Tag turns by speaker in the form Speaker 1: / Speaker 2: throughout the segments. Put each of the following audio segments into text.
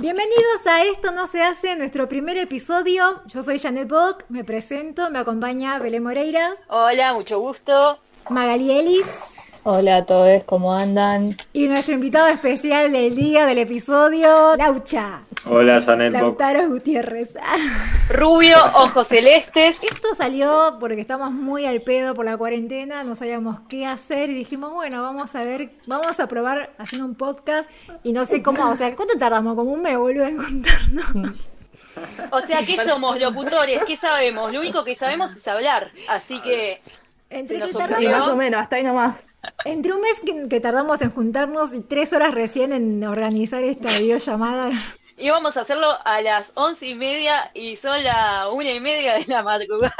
Speaker 1: Bienvenidos a Esto No Se Hace, nuestro primer episodio. Yo soy Janet Bock, me presento, me acompaña Belén Moreira,
Speaker 2: Hola, mucho gusto.
Speaker 1: Magali Ellis
Speaker 3: Hola a todos, ¿cómo andan?
Speaker 1: y nuestro invitado especial del día del episodio, Laucha,
Speaker 4: Hola, Janet Bock.
Speaker 1: Lautaro Gutiérrez.
Speaker 2: Rubio, ojos celestes.
Speaker 1: Esto salió porque estamos muy al pedo por la cuarentena, no sabíamos qué hacer y dijimos, bueno, vamos a ver, vamos a probar haciendo un podcast y no sé cómo, o sea, ¿cuánto tardamos? Como un mes, boludo, en contarnos.
Speaker 2: O sea, ¿qué somos locutores? ¿Qué sabemos? Lo único que sabemos es hablar. Así que
Speaker 1: Entre
Speaker 2: Se
Speaker 1: que
Speaker 2: nos
Speaker 1: tardamos-
Speaker 3: Y
Speaker 2: ocurrió.
Speaker 3: más o menos, hasta ahí nomás.
Speaker 1: Entre un mes que, que tardamos en juntarnos y tres horas recién en organizar esta videollamada.
Speaker 2: íbamos a hacerlo a las once y media y son las una y media de la madrugada.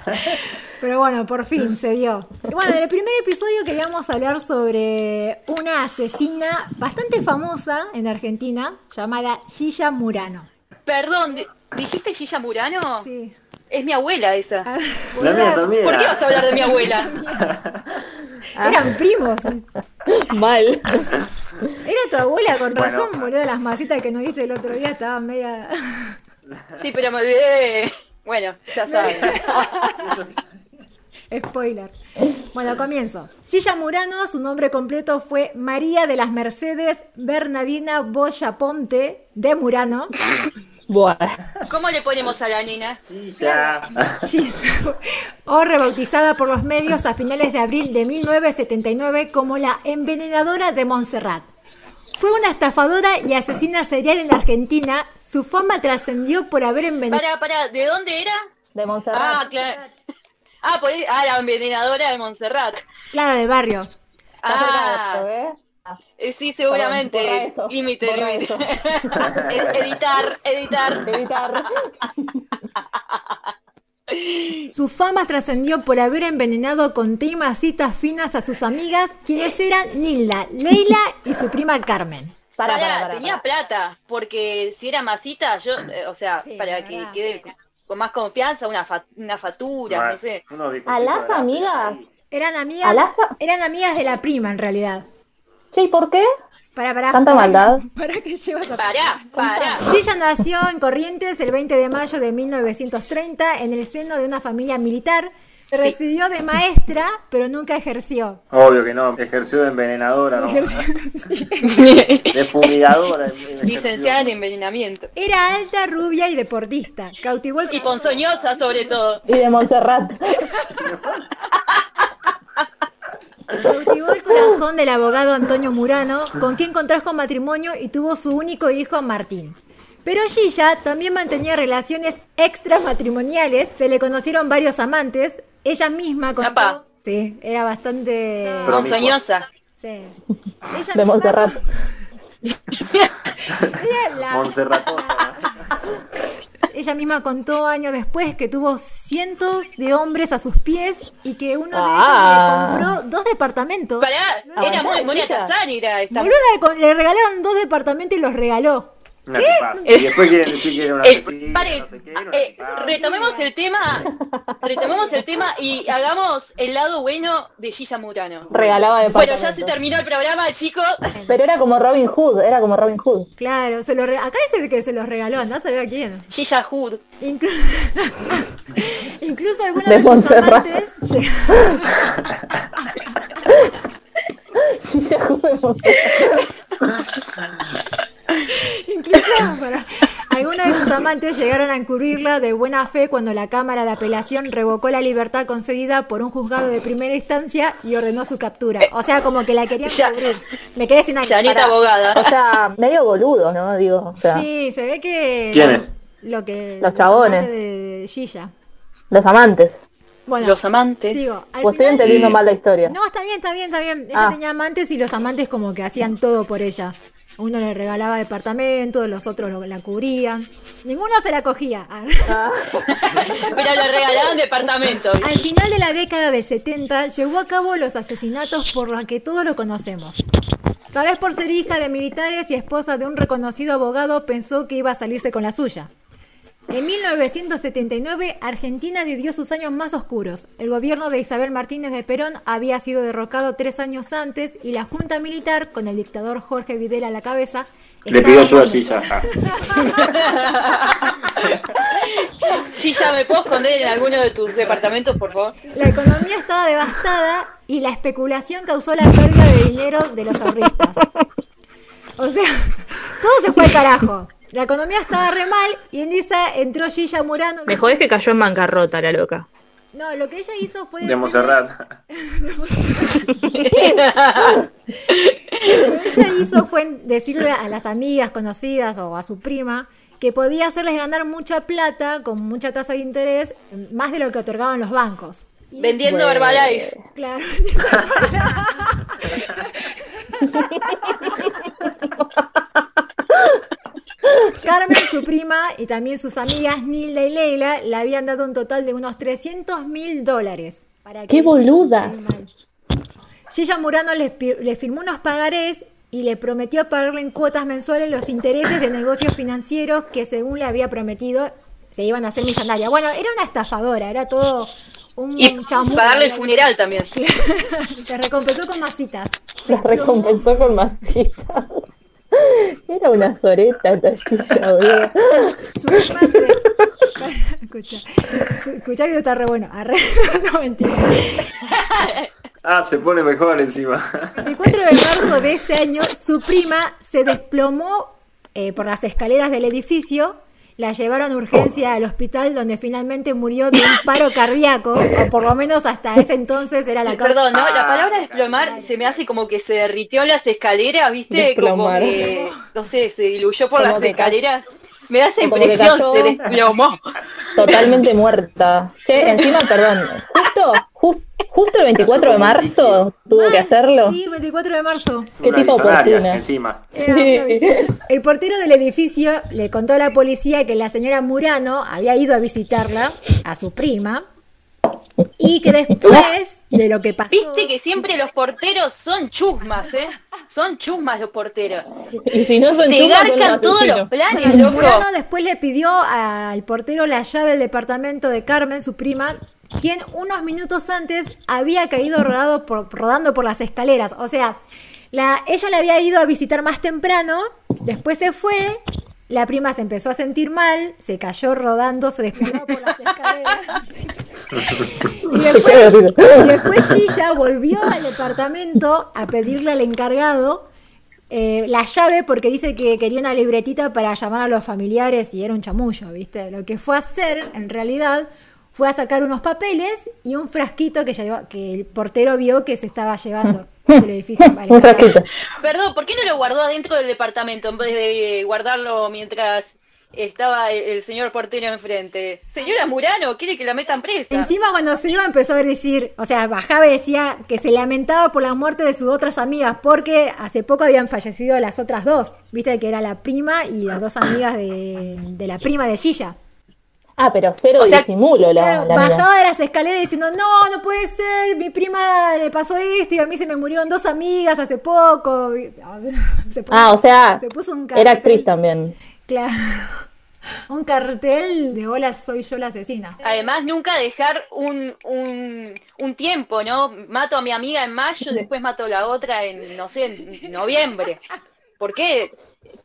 Speaker 1: Pero bueno, por fin se dio. Y bueno, en el primer episodio queríamos hablar sobre una asesina bastante famosa en Argentina llamada Gilla Murano.
Speaker 2: Perdón, ¿di- ¿dijiste Gilla Murano?
Speaker 1: Sí. Ah.
Speaker 2: Es mi abuela esa.
Speaker 1: A ver,
Speaker 4: La mía también. Ah.
Speaker 2: ¿Por qué vas a hablar de mi abuela?
Speaker 1: Eran primos. Era
Speaker 3: Mal.
Speaker 1: tu abuela, con
Speaker 4: Bueno.
Speaker 1: razón, boludo. Las masitas que nos diste el otro día estaban media.
Speaker 2: Sí, pero me olvidé de... Bueno, ya saben.
Speaker 1: Spoiler. Bueno, comienzo. Silla Murano, su nombre completo fue María de las Mercedes Bernadina Boya Ponte de Murano.
Speaker 3: Buah.
Speaker 2: ¿Cómo le ponemos a la nena?
Speaker 4: Sí, ya.
Speaker 1: Sí. o rebautizada por los medios a finales de abril de 1979 como la envenenadora de Montserrat. Fue una estafadora y asesina serial en la Argentina. Su fama trascendió por haber envenenado.
Speaker 2: Para, para, ¿de dónde era?
Speaker 3: De Montserrat.
Speaker 2: Ah, claro. Ah, por ahí- ah, la envenenadora de Montserrat.
Speaker 1: Claro, del barrio.
Speaker 3: Está
Speaker 2: Ah,
Speaker 3: cerca de esto, ¿eh? Ah,
Speaker 2: Eh, Sí,
Speaker 3: Perdón, borra
Speaker 2: seguramente.
Speaker 3: eso,
Speaker 2: Límite,
Speaker 3: borra
Speaker 2: límite.
Speaker 3: eso.
Speaker 2: Ed- editar, editar.
Speaker 3: evitar.
Speaker 1: Su fama trascendió por haber envenenado con timas citas finas a sus amigas, quienes eran Nilda, Leila y su prima Carmen.
Speaker 3: Para,
Speaker 2: Pará,
Speaker 3: para, para.
Speaker 2: tenía plata, porque si era masita, yo, eh, o sea,
Speaker 1: Sí,
Speaker 2: para
Speaker 1: la
Speaker 2: que
Speaker 1: verdad.
Speaker 2: quede con- con más confianza, una, fa- una factura,
Speaker 4: Mal.
Speaker 2: no sé.
Speaker 4: Unos
Speaker 3: ¿A
Speaker 4: bizcochitos
Speaker 3: las
Speaker 4: de
Speaker 3: amigas?
Speaker 4: ahí.
Speaker 1: Eran amigas,
Speaker 3: Alaska.
Speaker 1: eran amigas de la prima en realidad.
Speaker 3: Che, ¿y por qué?
Speaker 1: Para, para,
Speaker 3: ¿Tanta maldad?
Speaker 1: Para que llevas a
Speaker 2: Pará, pará.
Speaker 1: Gilla nació en Corrientes el 20 de mayo de 1930 en el seno de una familia militar. Se Recibió de maestra, pero nunca ejerció.
Speaker 4: Obvio que no, ejerció de envenenadora, ¿no? De fumigadora. ejerció.
Speaker 2: Licenciada en envenenamiento.
Speaker 1: Era alta, rubia y deportista. Cautivó el
Speaker 2: Y ponzoñosa sobre todo.
Speaker 3: Y de Montserrat.
Speaker 1: Cautivó el corazón del abogado Antonio Murano, con quien contrajo matrimonio y tuvo su único hijo Martín. Pero Gilla también mantenía relaciones extramatrimoniales, se le conocieron varios amantes, ella misma contó...
Speaker 2: Apa.
Speaker 1: Sí, era bastante...
Speaker 4: Promiscua.
Speaker 2: Ponzoñosa.
Speaker 1: Sí. Ella misma-
Speaker 3: De Montserrat.
Speaker 1: era la-
Speaker 4: Monserratosa. ¿no?
Speaker 1: ella misma contó años después que tuvo cientos de hombres a sus pies y que uno de
Speaker 3: Ah.
Speaker 1: ellos le compró dos departamentos.
Speaker 2: Pará, era
Speaker 3: Aguantá,
Speaker 2: muy Monia
Speaker 3: chica.
Speaker 2: Kazan, era esta.
Speaker 1: Boluda, le co- le regalaron dos departamentos y los regaló.
Speaker 4: Una tipaza. Y después quieren decir que era una
Speaker 2: Eh,
Speaker 4: asesina,
Speaker 2: pare,
Speaker 4: no sé qué, era una
Speaker 2: eh,
Speaker 4: tipaza.
Speaker 2: retomemos el tema, retomemos el tema y hagamos el lado bueno de Gilla Murano.
Speaker 3: Regalaba de
Speaker 2: Bueno, ya se terminó el programa, chicos.
Speaker 3: Pero era como Robin Hood, era como Robin Hood.
Speaker 1: Claro, se lo re- acá dice que se los regaló, no sabía quién.
Speaker 2: Gilla Hood.
Speaker 1: Inclu- Incluso algunos
Speaker 3: De
Speaker 1: de sus
Speaker 3: Montserrat.
Speaker 1: amantes lleg-
Speaker 3: Sí, se jugó de Montserrat.
Speaker 1: Incluso para- algunos de sus amantes llegaron a encubrirla de buena fe cuando la Cámara de Apelación revocó la libertad concedida por un juzgado de primera instancia y ordenó su captura. O sea, como que la querían
Speaker 2: Ya-
Speaker 1: encubrir. Me quedé sin aire.
Speaker 2: Janita
Speaker 1: Pará.
Speaker 2: abogada.
Speaker 3: O sea, medio boludo, ¿no? Digo, o sea,
Speaker 1: Sí, se ve que...
Speaker 4: ¿Quiénes?
Speaker 1: Lo que...
Speaker 3: Los chabones.
Speaker 1: amantes De Gilla.
Speaker 3: los amantes.
Speaker 1: Bueno,
Speaker 2: Los amantes.
Speaker 1: sigo. Al
Speaker 3: O estoy
Speaker 1: final-
Speaker 3: entendiendo
Speaker 4: Sí.
Speaker 3: mal la historia.
Speaker 1: No, está bien, está bien, está bien. Ella
Speaker 3: Ah.
Speaker 1: tenía amantes y los amantes como que hacían todo por ella. Uno le regalaba departamento, los otros lo- la cubrían. Ninguno se la cogía. Ah.
Speaker 3: Ah,
Speaker 2: Pero le regalaban departamento.
Speaker 1: Al final de la década del 70 llevó a cabo los asesinatos por los que todos lo conocemos. Tal vez por ser hija de militares y esposa de un reconocido abogado pensó que iba a salirse con la suya. En 1979 Argentina vivió sus años más oscuros. El gobierno de Isabel Martínez de Perón había sido derrocado tres años antes y la Junta Militar, con el dictador Jorge Videla a la cabeza,
Speaker 4: Le pidió ayuda a Silla.
Speaker 2: Chilla, ¿me puedo esconder en alguno de tus departamentos, por favor?
Speaker 1: La economía estaba devastada y la especulación causó la pérdida de dinero de los ahorristas. O sea, todo se fue al carajo. La economía estaba re mal y en esa entró Gilla Murano.
Speaker 5: Me jodés que cayó en bancarrota la loca.
Speaker 1: No, lo que ella hizo fue...
Speaker 4: De
Speaker 1: decirle-
Speaker 4: Monserrat.
Speaker 1: Lo que ella hizo fue decirle a las amigas conocidas o a su prima que podía hacerles ganar mucha plata con mucha tasa de interés, más de lo que otorgaban los bancos. Y-
Speaker 2: Vendiendo
Speaker 3: Bueno.
Speaker 2: Herbalife.
Speaker 1: Claro. Carmen, su prima, y también sus amigas Nilda y Leila le habían dado un total de unos 300 mil dólares. Para que-
Speaker 3: ¡Qué boludas!
Speaker 1: Sí, mal. Gilla Murano les pi- le firmó unos pagarés y le prometió pagarle en cuotas mensuales los intereses de negocios financieros que según le había prometido se iban a hacer millonaria. Bueno, era una estafadora, era todo un
Speaker 2: Y
Speaker 1: chamuyo.
Speaker 2: pagarle el funeral también.
Speaker 1: Te recompensó con masitas.
Speaker 3: Las recompensó con masitas. Era una soreta esta chica, boludo.
Speaker 1: Su prima se... Pará, Escucha, Su- escucha que esto está re bueno. Arre- No, mentira.
Speaker 4: Ah, se pone mejor encima.
Speaker 1: 24 de marzo de ese año, su prima se desplomó eh, por las escaleras del edificio. La llevaron a urgencia al hospital donde finalmente murió de un paro cardíaco, o por lo menos hasta ese entonces era la causa.
Speaker 2: Perdón, ¿no? La
Speaker 4: Ah,
Speaker 2: palabra desplomar se me hace como que se derritió en las escaleras, ¿viste?
Speaker 3: Desplomar.
Speaker 2: Como que, no sé, se diluyó por
Speaker 3: Como
Speaker 2: las
Speaker 3: que
Speaker 2: escaleras. Me da esa
Speaker 3: como que
Speaker 2: impresión,
Speaker 3: cayó.
Speaker 2: se desplomó.
Speaker 3: Totalmente muerta. Che, encima, perdón, justo, ju- justo el 24 de marzo tuvo que
Speaker 1: Mal,
Speaker 3: hacerlo.
Speaker 1: Sí, 24 de marzo.
Speaker 3: Qué
Speaker 4: Una
Speaker 3: tipo
Speaker 4: visionaria,
Speaker 3: oportuna.
Speaker 4: Encima.
Speaker 1: Era una visita. El portero del edificio le contó a la policía que la señora Murano había ido a visitarla, a su prima, y que después de lo que pasó...
Speaker 2: Viste que siempre los porteros son chusmas, ¿eh? Son chusmas los porteros.
Speaker 3: Y si no son
Speaker 2: Te
Speaker 3: chumas, son
Speaker 2: garcan todos los
Speaker 3: asesinos.
Speaker 2: planes,
Speaker 1: Bueno,
Speaker 2: loco.
Speaker 1: Murano después le pidió al portero la llave del departamento de Carmen, su prima, quien unos minutos antes había caído rodado por- rodando por las escaleras. O sea, la, ella la había ido a visitar más temprano, después se fue, la prima se empezó a sentir mal, se cayó rodando, se desplomó por las escaleras. Y después, y después Gilla volvió al departamento a pedirle al encargado eh, la llave porque dice que quería una libretita para llamar a los familiares y era un chamullo, ¿viste? Lo que fue a hacer, en realidad, fue a sacar unos papeles y un frasquito que, llevó- que el portero vio que se estaba llevando del edificio. para el
Speaker 3: Un
Speaker 1: encargado.
Speaker 3: frasquito.
Speaker 2: Perdón, ¿por qué no lo guardó adentro del departamento en vez de eh, guardarlo mientras estaba el, el señor portero enfrente? Señora Murano, quiere que la metan presa.
Speaker 1: Encima cuando se iba empezó a decir, o sea, bajaba y decía que se lamentaba por la muerte de sus otras amigas, porque hace poco habían fallecido las otras dos, viste que era la prima y las dos amigas de, de la prima de Gilla.
Speaker 3: Ah, pero cero
Speaker 2: O sea,
Speaker 3: disimulo la,
Speaker 1: Claro,
Speaker 3: la mina.
Speaker 1: bajaba de las escaleras diciendo, no, no puede ser, mi prima le pasó esto y a mí se me murieron dos amigas hace poco. Y- o sea, se puso-
Speaker 3: Ah, o sea,
Speaker 1: se puso un
Speaker 3: era
Speaker 1: cartel.
Speaker 3: actriz también.
Speaker 1: Claro. Un cartel de hola, soy yo la asesina.
Speaker 2: Además, nunca dejar un, un, un tiempo, ¿no? Mato a mi amiga en mayo, después mato a la otra en, no sé, en noviembre. ¿Por qué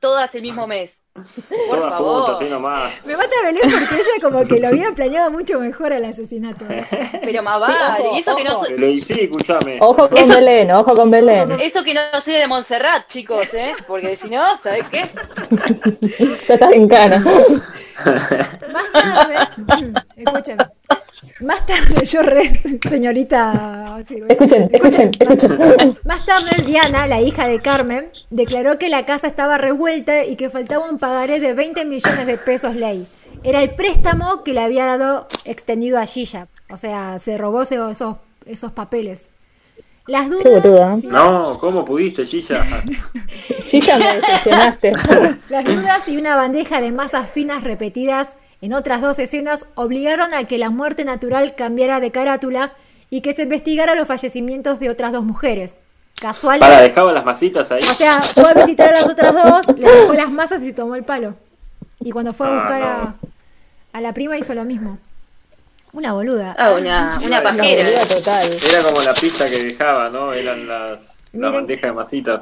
Speaker 2: todas el mismo mes? Por
Speaker 4: Todas juntas,
Speaker 2: favor.
Speaker 4: así nomás.
Speaker 1: Me mata Belén porque ella como que lo hubiera planeado mucho mejor al asesinato.
Speaker 2: Pero más vale.
Speaker 3: ojo,
Speaker 2: Y eso que no
Speaker 3: ojo.
Speaker 2: so-
Speaker 4: Te lo hice, escúchame.
Speaker 2: Oh.
Speaker 3: Ojo con
Speaker 2: Eso-
Speaker 3: Belén, ojo con Belén.
Speaker 2: eso que no soy de Montserrat, chicos, ¿eh? Porque si no, ¿sabes qué?
Speaker 3: Ya estás en cana.
Speaker 1: Más tarde, escúchame. Más tarde, yo re, señorita. Silvia.
Speaker 3: Escuchen, escuchen, escuchen.
Speaker 1: Más tarde, Diana, la hija de Carmen, declaró que la casa estaba revuelta y que faltaba un pagaré de 20 millones de pesos ley. Era el préstamo que le había dado extendido a Gilla. O sea, se robó ese- esos, esos papeles. Las dudas.
Speaker 3: boluda.
Speaker 1: sí,
Speaker 4: No, ¿cómo pudiste, Chicha?
Speaker 3: Sí, ya me decepcionaste.
Speaker 1: Las dudas y una bandeja de masas finas repetidas en otras dos escenas obligaron a que la muerte natural cambiara de carátula y que se investigara los fallecimientos de otras dos mujeres. Casual.
Speaker 4: Para, dejaba las masitas ahí.
Speaker 1: O sea, fue a visitar a las otras dos, le dejó las masas y tomó el palo. Y cuando fue a
Speaker 4: Ah,
Speaker 1: buscar
Speaker 4: no.
Speaker 1: a, a la prima hizo lo mismo. Una boluda.
Speaker 2: Ah, una, una
Speaker 3: Una
Speaker 2: pajera.
Speaker 3: boluda total.
Speaker 4: Era como la pista que dejaba, ¿no? Eran las la
Speaker 1: Miren.
Speaker 4: bandeja de masitas.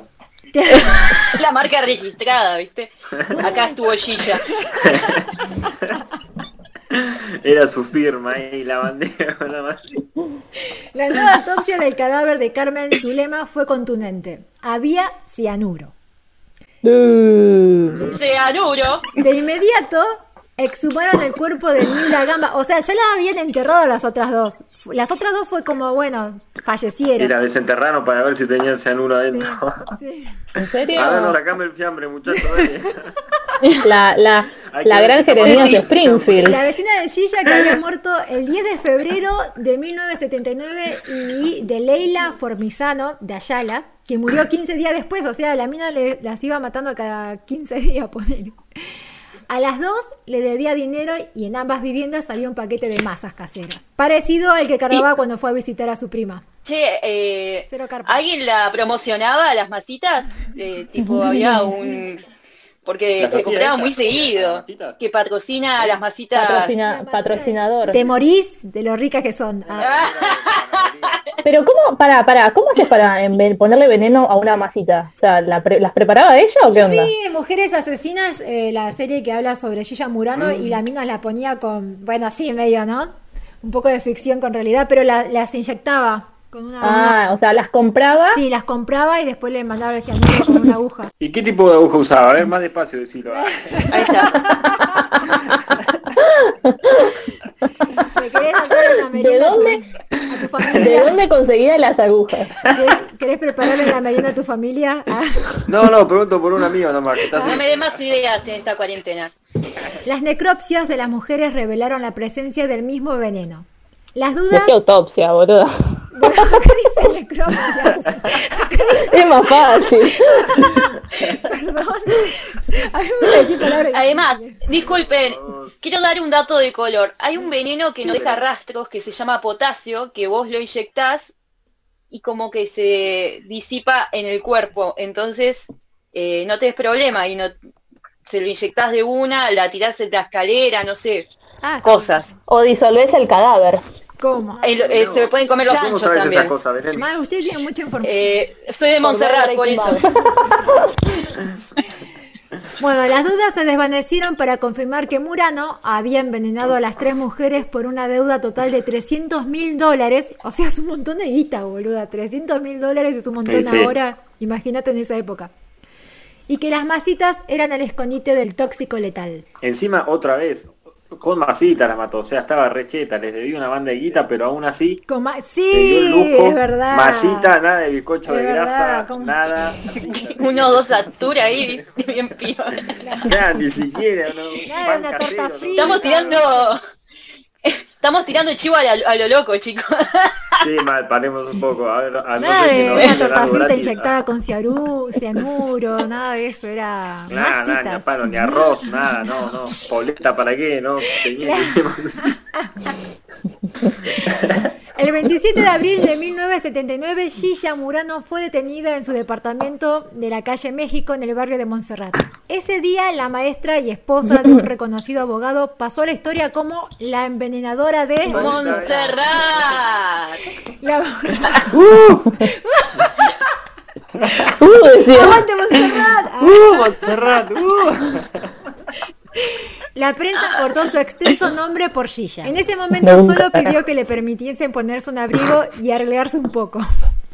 Speaker 2: La marca registrada, ¿viste? Acá estuvo Gilla.
Speaker 4: Era su firma ¿eh? y la bandera. nada más.
Speaker 1: La nueva autopsia del cadáver de Carmen Zulema fue contundente. Había cianuro.
Speaker 2: Ceanuro.
Speaker 1: De inmediato exhumaron el cuerpo de Nilda Gamba. O sea, ya la habían enterrado las otras dos. Las otras dos fue como, bueno,
Speaker 4: Y
Speaker 1: fallecieron.
Speaker 4: la desenterraron para ver si tenían cianuro
Speaker 1: Sí,
Speaker 4: adentro.
Speaker 1: sí.
Speaker 3: ¿En serio?
Speaker 4: Háganos la cama el fiambre, muchachos. dale.
Speaker 3: La, la,
Speaker 4: Hay
Speaker 3: la
Speaker 4: que-
Speaker 3: gran Jeremías de
Speaker 1: La
Speaker 3: Springfield.
Speaker 1: vecina de Gilla que había muerto el 10 de febrero de 1979 y de Leila Formizano de Ayala, que murió 15 días después, o sea, la mina le- las iba matando cada 15 días, poner. A las dos le debía dinero y en ambas viviendas había un paquete de masas caseras, parecido al que cargaba cuando fue a visitar a su prima.
Speaker 2: Che, eh,
Speaker 1: Cero carpa.
Speaker 2: ¿alguien la promocionaba a las masitas? Eh, tipo, había un... Porque
Speaker 4: Las
Speaker 2: se compraba
Speaker 4: masitas.
Speaker 2: muy seguido.
Speaker 4: Las masitas.
Speaker 2: Que patrocina a las masitas.
Speaker 3: Patrocina- patrocinador.
Speaker 1: Te morís de lo ricas que son. Ah,
Speaker 3: Pero cómo, para, para, ¿cómo haces para enven- ponerle veneno a una masita? O sea, ¿la pre- ¿las preparaba ella o qué onda?
Speaker 1: Sí, Mujeres Asesinas, eh, la serie que habla sobre Gilla Murano y
Speaker 3: Mm.
Speaker 1: la mina la ponía con, bueno, así medio, ¿no? Un poco de ficción con realidad, pero la- las inyectaba con una...
Speaker 3: Ah, o sea, las compraba.
Speaker 1: Sí, las compraba y después le mandaba el cianuro con una aguja.
Speaker 4: ¿Y qué tipo de aguja usaba? A ver, más despacio decirlo.
Speaker 2: Ahí está.
Speaker 1: ¿Te querés hacer una
Speaker 3: ¿De
Speaker 1: merienda a tu-
Speaker 3: dónde?
Speaker 1: a tu
Speaker 3: ¿De
Speaker 1: familia?
Speaker 3: dónde conseguía las agujas?
Speaker 1: ¿Querés, querés prepararle la merienda a tu familia? Ah.
Speaker 4: No, no, pregunto por un amigo nomás. que está-
Speaker 2: No me dé más ideas en esta cuarentena.
Speaker 1: Las necropsias de las mujeres revelaron la presencia del mismo veneno. Las dudas...
Speaker 3: Decía autopsia, boludo.
Speaker 1: ¿Qué dice necropsias?
Speaker 3: Es más fácil.
Speaker 1: Perdón. A mí me gusta decir palabras.
Speaker 2: Además, disculpen, quiero dar un dato de color. Hay un veneno que no deja rastros que se llama potasio, que vos lo inyectás y como que se disipa en el cuerpo. Entonces, eh, no te des problema y no se lo inyectás de una, la tirás en la escalera, no sé,
Speaker 1: Ah,
Speaker 2: cosas.
Speaker 3: O disolvés el cadáver.
Speaker 1: ¿Cómo?
Speaker 2: Eh, lo- eh, se pueden comer los
Speaker 4: ¿Cómo
Speaker 2: chanchos
Speaker 4: sabes esas
Speaker 2: también.
Speaker 4: cosas, Belén?
Speaker 1: Madre, usted tiene mucha información.
Speaker 2: Eh, soy de Montserrat, por
Speaker 3: Breaking
Speaker 2: eso.
Speaker 1: Bueno, las dudas se desvanecieron para confirmar que Murano había envenenado a las tres mujeres por una deuda total de 300 mil dólares. O sea, es un montón de guita, boluda. 300 mil dólares es un montón
Speaker 4: Sí, sí.
Speaker 1: ahora. Imagínate en esa época. Y que las masitas eran el escondite del tóxico letal.
Speaker 4: Encima, otra vez, con masita la mató. O sea, estaba recheta, les debía una banda de guita, pero aún así
Speaker 1: Con ma-
Speaker 4: se dio
Speaker 1: Sí,
Speaker 4: el lujo.
Speaker 1: es verdad.
Speaker 4: Masita, nada de bizcocho
Speaker 1: Es
Speaker 4: de
Speaker 1: verdad,
Speaker 4: grasa,
Speaker 1: ¿cómo?
Speaker 4: nada. así,
Speaker 2: Uno, dos, altura ahí, bien pío.
Speaker 4: nada, ni siquiera. No,
Speaker 1: Nada,
Speaker 4: pan
Speaker 1: una
Speaker 4: casero,
Speaker 1: torta
Speaker 4: no,
Speaker 1: frita.
Speaker 2: Estamos tirando... Estamos tirando chivo a, la- a lo loco, chicos.
Speaker 4: Sí, mal, paremos un poco. A ver, a no
Speaker 1: Nada
Speaker 4: ser que
Speaker 1: de
Speaker 4: nos
Speaker 1: una
Speaker 4: vendan
Speaker 1: torta
Speaker 4: algo
Speaker 1: frita
Speaker 4: gratis.
Speaker 1: inyectada con ciaru- cianuro, nada de eso, era
Speaker 4: Nada, nada, ni a
Speaker 1: masitas.
Speaker 4: palo, ni arroz, nada, no, no. Poleta, ¿para qué? No, tenía que ser-
Speaker 1: El 27 de abril de 1979, Gilla Murano fue detenida en su departamento de la calle México en el barrio de Montserrat. Ese día, la maestra y esposa de un reconocido abogado pasó a la historia como la envenenadora de...
Speaker 2: Montserrat.
Speaker 1: La...
Speaker 3: Uh, decía.
Speaker 1: ¡Aguante, Montserrat! Ah.
Speaker 4: Montserrat, uh.
Speaker 1: La prensa cortó su extenso nombre por Gilla. Ah. En ese momento
Speaker 3: Nunca.
Speaker 1: solo pidió que le permitiesen ponerse un abrigo y arreglarse un poco.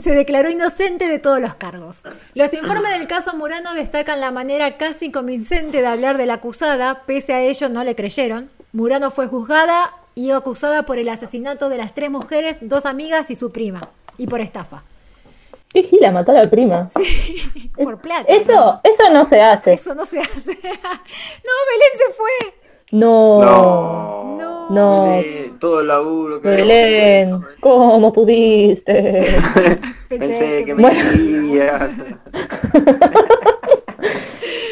Speaker 1: Se declaró inocente de todos los cargos. Los informes del caso Murano destacan la manera casi convincente de hablar de la acusada, pese a ello no le creyeron. Murano fue juzgada y acusada por el asesinato de las tres mujeres, dos amigas y su prima, y por estafa.
Speaker 3: Qué gila, mató a la prima.
Speaker 1: Por plata.
Speaker 3: Eso, eso no se hace.
Speaker 1: Eso no se hace. no, Belén se fue.
Speaker 3: No.
Speaker 4: No.
Speaker 1: No.
Speaker 3: No.
Speaker 4: Belén, todo el laburo que
Speaker 3: Belén, ¿cómo pudiste?
Speaker 4: Pensé que
Speaker 1: me-
Speaker 4: me querías.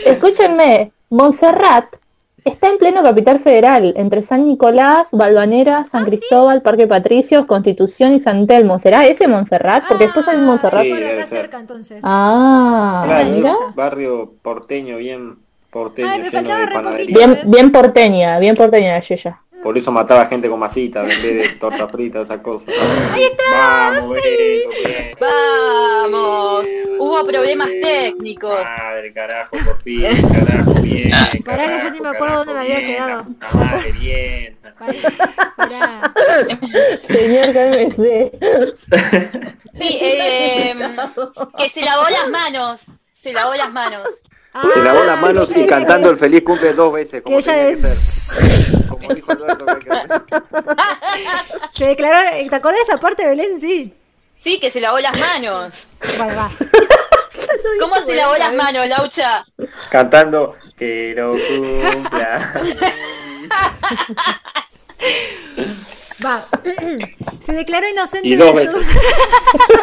Speaker 3: Escúchenme, Montserrat está en pleno capital federal, entre San Nicolás, Balvanera, San Cristóbal, Parque Patricios, Constitución y San Telmo. ¿Será ese Montserrat? Porque después hay
Speaker 1: Ah,
Speaker 3: Montserrat.
Speaker 1: sí,
Speaker 4: Sí,
Speaker 1: por acá
Speaker 4: debe ser.
Speaker 1: cerca entonces.
Speaker 3: Ah,
Speaker 1: Claro,
Speaker 3: mira.
Speaker 4: un barrio porteño, bien porteño,
Speaker 1: Ay, me
Speaker 4: lleno
Speaker 1: faltaba
Speaker 4: de
Speaker 1: re
Speaker 4: panadería.
Speaker 1: poquito.
Speaker 3: Bien, bien porteña, bien porteña la Yeya.
Speaker 4: Por eso mataba gente con masitas en vez de torta frita, esas cosas. Ahí está. Vamos, Belén, bien.
Speaker 2: Vamos. Hubo problemas técnicos.
Speaker 4: Madre, carajo, por fin, carajo, bien.
Speaker 1: Pará, que yo
Speaker 4: carajo,
Speaker 1: ni me acuerdo
Speaker 4: carajo,
Speaker 1: dónde me había
Speaker 4: bien,
Speaker 1: quedado.
Speaker 4: la puta Madre, bien.
Speaker 1: Pará, pará.
Speaker 3: Señor KMC.
Speaker 2: Sí, eh, que se lavó las manos. Se lavó las manos.
Speaker 4: Se lavó las
Speaker 1: Ah,
Speaker 4: manos
Speaker 1: que
Speaker 4: y
Speaker 1: ella
Speaker 4: cantando el feliz cumple dos veces, como
Speaker 1: que ella
Speaker 4: tenía que
Speaker 1: es-
Speaker 4: ser. Como dijo Alberto, que hay que hacer.
Speaker 1: Se declaró. ¿Te acordás de esa parte, Belén? Sí.
Speaker 2: Sí, que se lavó las manos.
Speaker 1: Bueno, va.
Speaker 2: ¿Cómo se lavó las manos, Laucha?
Speaker 4: cantando quiero cumpla.
Speaker 1: Va. Se declaró inocente
Speaker 4: Y dos
Speaker 1: del-
Speaker 4: veces.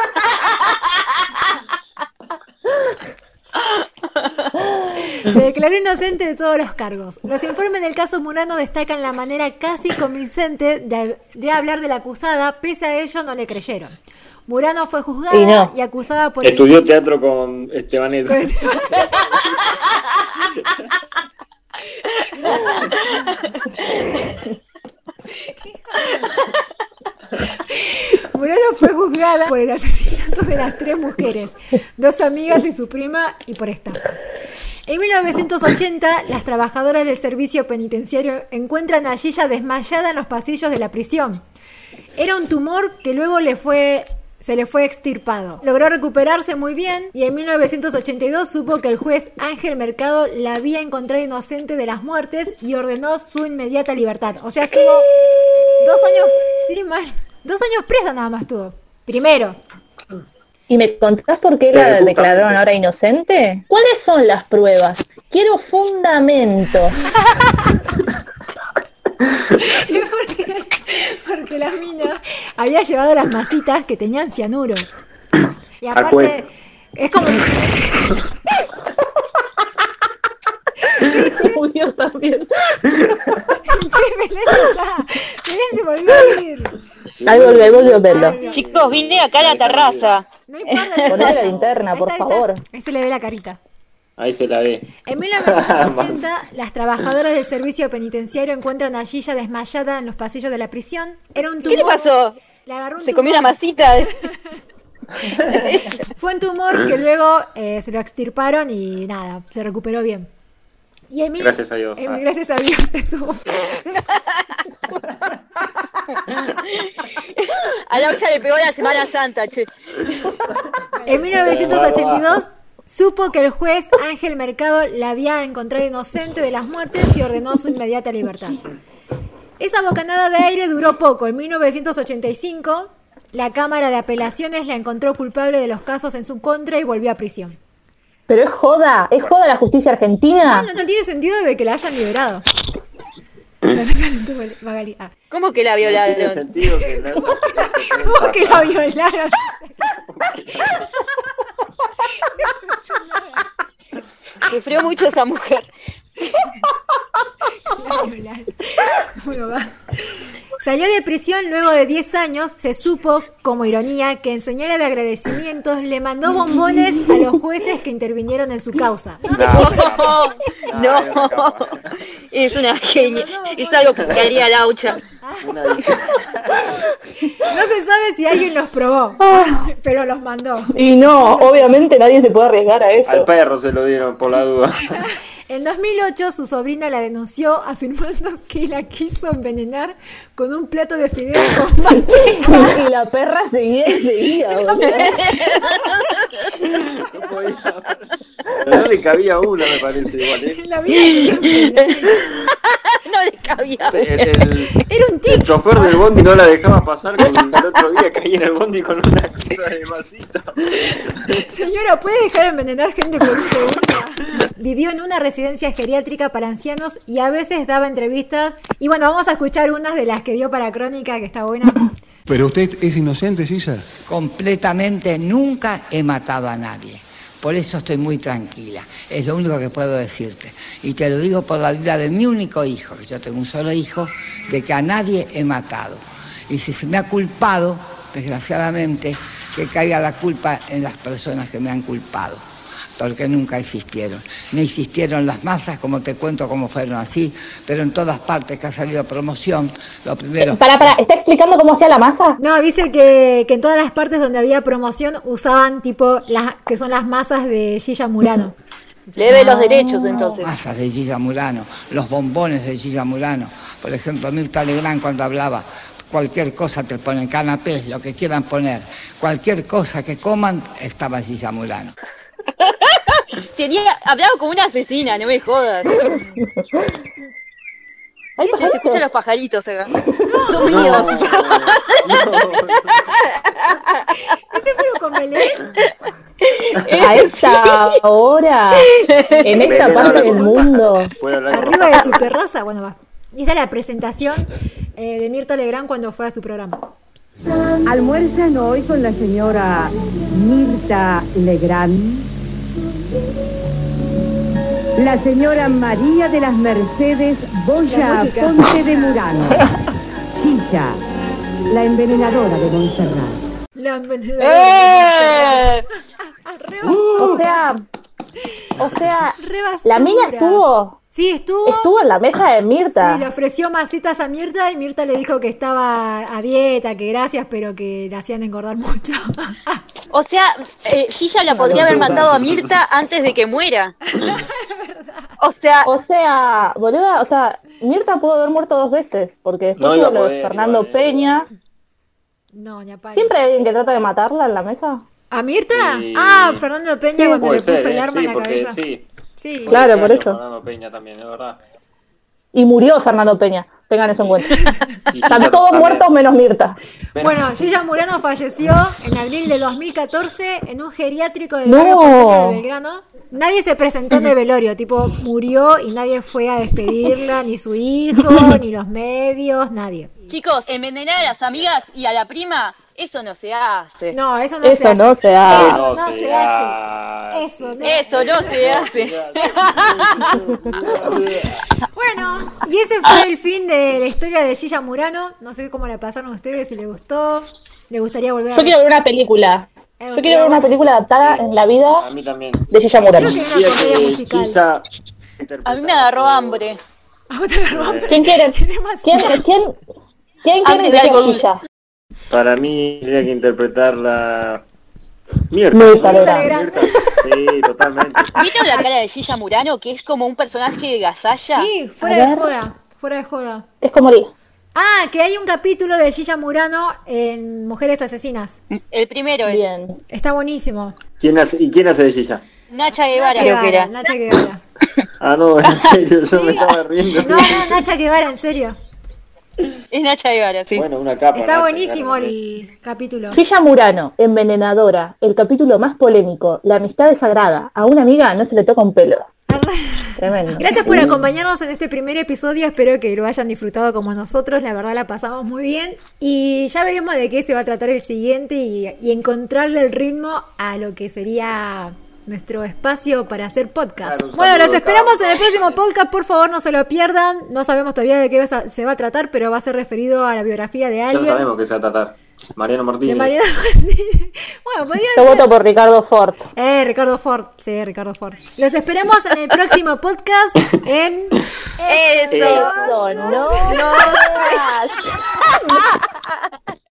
Speaker 1: Se declaró inocente de todos los cargos. Los informes del caso Murano destacan la manera casi convincente de, de hablar de la acusada, pese a ello no le creyeron. Murano fue juzgada y,
Speaker 3: Y no.
Speaker 1: acusada por...
Speaker 4: Estudió teatro con Estebanés.
Speaker 1: Murano fue juzgada por el asesinato de las tres mujeres, dos amigas y su prima, y por estafa. En 1980, las trabajadoras del servicio penitenciario encuentran a Gilla desmayada en los pasillos de la prisión. Era un tumor que luego le fue, se le fue extirpado. Logró recuperarse muy bien y en 1982 supo que el juez Ángel Mercado la había encontrado inocente de las muertes y ordenó su inmediata libertad. O sea, estuvo dos años, sí, mal, dos años presa nada más tuvo. Primero,
Speaker 3: ¿Y me contás por qué
Speaker 4: Pero
Speaker 3: la
Speaker 4: justamente-
Speaker 3: declararon ahora inocente? ¿Cuáles son las pruebas? Quiero fundamentos.
Speaker 1: porque, porque la mina había llevado las masitas que tenían cianuro. Y
Speaker 4: Al juez.
Speaker 1: aparte, es como...
Speaker 3: Murió también.
Speaker 1: Che, Belén está. Belén se volvió a ir.
Speaker 3: Ahí volvió, ahí volvió Beldo.
Speaker 1: Ay, Dios.
Speaker 2: Chicos, vine acá a la terraza.
Speaker 1: No importa.
Speaker 3: Ponete la
Speaker 1: Ahí
Speaker 3: linterna,
Speaker 1: está,
Speaker 3: por
Speaker 1: ahí está.
Speaker 3: favor.
Speaker 1: Ahí se le ve la carita.
Speaker 4: Ahí se la ve.
Speaker 1: En 1980, las trabajadoras del servicio penitenciario encuentran a Gilla desmayada en los pasillos de la prisión. Era un tumor.
Speaker 2: ¿Qué le pasó?
Speaker 1: Le agarró un
Speaker 2: Se
Speaker 1: tumor.
Speaker 2: comió una masita.
Speaker 1: Fue un tumor que luego eh, se lo extirparon y nada, se recuperó bien. Y en mil-
Speaker 4: Gracias a Dios.
Speaker 1: en-
Speaker 4: Ah.
Speaker 1: gracias a Dios estuvo.
Speaker 2: A Laucha le pegó la Semana Santa, che.
Speaker 1: En 1982 supo que el juez Ángel Mercado la había encontrado inocente de las muertes y ordenó su inmediata libertad. Esa bocanada de aire duró poco. En 1985, la Cámara de Apelaciones la encontró culpable de los casos en su contra y volvió a prisión.
Speaker 3: Pero es joda, es joda la justicia argentina.
Speaker 1: Ah, No, no tiene sentido de que la hayan liberado. Magali, ah.
Speaker 2: ¿Cómo que la
Speaker 4: No tiene
Speaker 2: violaron?
Speaker 4: sentido que no-
Speaker 1: ¿Cómo que la violaron?
Speaker 2: Sufrió mucho esa mujer.
Speaker 1: Bueno, va. Salió de prisión luego de 10 años, se supo, como ironía, que en señal de agradecimientos le mandó bombones a los jueces que intervinieron en su causa.
Speaker 4: No,
Speaker 2: No,
Speaker 4: no, no, era una capa.
Speaker 2: es una genia. Es algo que haría Laucha.
Speaker 4: Una dije-
Speaker 1: No se sabe si alguien los probó, pero los mandó.
Speaker 3: Y no, obviamente nadie se puede arriesgar a
Speaker 4: Al
Speaker 3: eso.
Speaker 4: perro se lo dieron por la duda.
Speaker 1: En 2008 su sobrina la denunció afirmando que la quiso envenenar con un plato de fideos con manteca.
Speaker 3: Y la perra seguía y seguía, boludo.
Speaker 4: No podía. No le cabía una, me parece igual. ¿eh?
Speaker 1: La vida
Speaker 2: No le cabía.
Speaker 4: El, el-
Speaker 1: era un
Speaker 4: el
Speaker 1: tic.
Speaker 4: chofer del bondi no la dejaba pasar con el otro día caía en el bondi con una cosa de masita.
Speaker 1: Señora, ¿puede dejar de envenenar gente con un segundo? Vivió en una residencia geriátrica para ancianos y a veces daba entrevistas. Y bueno, vamos a escuchar unas de las que dio para Crónica, que está buena.
Speaker 6: ¿Pero usted es inocente, Sisa?
Speaker 7: Completamente nunca he matado a nadie. Por eso estoy muy tranquila. Es lo único que puedo decirte. Y te lo digo por la vida de mi único hijo, que yo tengo un solo hijo, de que a nadie he matado. Y si se me ha culpado, desgraciadamente, que caiga la culpa en las personas que me han culpado. porque nunca existieron. No existieron las masas, como te cuento cómo fueron así, pero en todas partes que ha salido promoción, lo primero...
Speaker 3: Para, para, ¿está explicando cómo hacía la masa?
Speaker 1: No, dice que, que en todas las partes donde había promoción usaban tipo las que son las masas de Gilla Murano.
Speaker 2: Le debe los derechos entonces.
Speaker 7: masas de Gilla Murano, los bombones de Gilla Murano. Por ejemplo, Mirta Legrand cuando hablaba, cualquier cosa te ponen, canapés, lo que quieran poner, cualquier cosa que coman, estaba Gilla Murano.
Speaker 2: Tenía hablado como una asesina, no me jodas.
Speaker 3: Hay
Speaker 2: Se escuchan los
Speaker 3: pajaritos.
Speaker 2: pajaritos acá. Son míos.
Speaker 1: ¿Ese pero con Belén?
Speaker 3: A esta hora, en esta
Speaker 4: Belén habla
Speaker 3: parte del
Speaker 4: con-
Speaker 3: mundo.
Speaker 4: Puede hablar con-
Speaker 1: Arriba de su terraza. Bueno, va. Y esa es la presentación eh, de Mirta Legrand cuando fue a su programa.
Speaker 8: ¿Almuerzan hoy con la señora Mirta Legrand? La señora María de las Mercedes
Speaker 1: La
Speaker 8: Boya
Speaker 1: música.
Speaker 8: Ponte de Murano. Chicha, la envenenadora de Montserrat.
Speaker 1: La envenenadora.
Speaker 2: ¡Eh!
Speaker 1: Reba-
Speaker 3: O sea, o sea,
Speaker 1: rebasura.
Speaker 3: la mina estuvo,
Speaker 1: Sí, estuvo.
Speaker 3: estuvo en la mesa de Mirta.
Speaker 1: Sí, le ofreció masitas a Mirta y Mirta le dijo que estaba a dieta, que gracias, pero que la hacían engordar mucho.
Speaker 2: O sea, eh, Gilla la podría haber matado a Mirta antes de que muera. O sea,
Speaker 3: O sea, boluda, o sea, Mirta pudo haber muerto dos veces, porque después
Speaker 4: No iba
Speaker 3: hubo
Speaker 4: a
Speaker 3: lo de
Speaker 4: poder,
Speaker 3: Fernando
Speaker 4: iba a-
Speaker 3: Peña.
Speaker 1: no, ni a palos.
Speaker 3: ¿Siempre hay alguien que trata de matarla en la mesa?
Speaker 1: ¿A Mirta?
Speaker 4: Sí.
Speaker 1: Ah, Fernando Peña cuando
Speaker 4: Puede
Speaker 1: le puso
Speaker 4: ser,
Speaker 1: el
Speaker 4: ¿eh?
Speaker 1: arma
Speaker 4: Sí,
Speaker 1: en la
Speaker 4: porque-
Speaker 1: cabeza.
Speaker 4: sí,
Speaker 1: Sí.
Speaker 4: porque
Speaker 3: Claro,
Speaker 4: este
Speaker 3: por
Speaker 4: año
Speaker 3: eso.
Speaker 4: Fernando Peña también, es verdad.
Speaker 3: Y murió Fernando Peña, tengan eso en cuenta.
Speaker 4: Y
Speaker 3: Están
Speaker 4: Gilla
Speaker 3: todos
Speaker 4: también.
Speaker 3: muertos menos Mirta.
Speaker 1: Bueno, Gilla Murano falleció en abril de 2014 en un geriátrico del
Speaker 3: No.
Speaker 1: barrio porteño de Belgrano. Nadie se presentó en el velorio, tipo murió y nadie fue a despedirla, ni su hijo, ni los medios, nadie.
Speaker 2: chicos, envenenar a las amigas y a la prima, eso no se hace.
Speaker 1: No, eso no se
Speaker 3: Eso
Speaker 1: hace.
Speaker 3: no se hace.
Speaker 1: No,
Speaker 4: No
Speaker 1: se
Speaker 4: se hace.
Speaker 1: Eso no.
Speaker 2: Eso no se hace.
Speaker 1: Bueno, y ese fue el fin de la historia de Gilla Murano. No sé cómo la pasaron ustedes, si les gustó, le gustaría volver a
Speaker 3: Yo quiero ver una película.
Speaker 1: Eh,
Speaker 3: Yo quiero ver una película adaptada en la
Speaker 4: A
Speaker 3: vida
Speaker 4: mí también.
Speaker 3: de Gilla Murano.
Speaker 1: Creo Una comedia
Speaker 4: Sí,
Speaker 1: musical.
Speaker 4: Gilla
Speaker 2: A mí me agarró hambre.
Speaker 1: A vos te agarró hambre.
Speaker 3: ¿Quién quiere?
Speaker 1: Tenés más-
Speaker 3: ¿Quién, quién, quién
Speaker 2: Antes
Speaker 3: quiere
Speaker 2: de
Speaker 3: que sea
Speaker 2: algo dulce.
Speaker 3: Gilla?
Speaker 4: Para mí tenía que interpretar la... Mirta.
Speaker 3: Mirta
Speaker 1: Legrand.
Speaker 4: Mirta. Sí, totalmente.
Speaker 2: ¿Viste la cara de Gilla Murano que es como un personaje de gasalla?
Speaker 1: Sí,
Speaker 3: A
Speaker 1: fuera de
Speaker 3: ver.
Speaker 1: joda, fuera de joda.
Speaker 3: Es como Lee.
Speaker 1: Ah, que hay un capítulo de Gilla Murano en Mujeres Asesinas.
Speaker 2: El primero es
Speaker 3: Bien.
Speaker 1: Está buenísimo.
Speaker 4: ¿Quién hace, ¿Y quién hace de Gilla?
Speaker 2: Nacha Guevara, creo
Speaker 1: Guevara,
Speaker 2: que era.
Speaker 1: Nacha Guevara.
Speaker 4: Ah, no, en serio, yo me estaba riendo.
Speaker 1: No, no, Nacha Guevara, en serio.
Speaker 2: Es Nacha Guevara, sí.
Speaker 4: Bueno, una capa.
Speaker 1: Está
Speaker 4: ¿no?
Speaker 1: buenísimo el capítulo.
Speaker 3: Silla Murano, envenenadora, el capítulo más polémico, la amistad es sagrada, a una amiga no se le toca un pelo. Tremendo.
Speaker 1: Gracias
Speaker 4: Uh.
Speaker 1: por acompañarnos en este primer episodio. Espero que lo hayan disfrutado como nosotros. La verdad la pasamos muy bien. Y ya veremos de qué se va a tratar el siguiente y, y encontrarle el ritmo a lo que sería nuestro espacio para hacer podcast.
Speaker 4: Claro, un
Speaker 1: bueno,
Speaker 4: saludo
Speaker 1: los
Speaker 4: a
Speaker 1: esperamos en
Speaker 4: cada
Speaker 1: el próximo podcast. Por favor, no se lo pierdan. No sabemos todavía de qué vas a- se va a tratar, pero va a ser referido a la biografía de
Speaker 4: Ya lo
Speaker 1: alguien.
Speaker 4: sabemos que se va a tratar. Mariano Martínez.
Speaker 1: de Mariana Martínez. Bueno, podría
Speaker 3: Yo voto por Ricardo Ford.
Speaker 1: eh, Ricardo Ford, sí, Ricardo Ford. Los esperemos en el próximo podcast en...
Speaker 4: Eh,
Speaker 3: Eso no.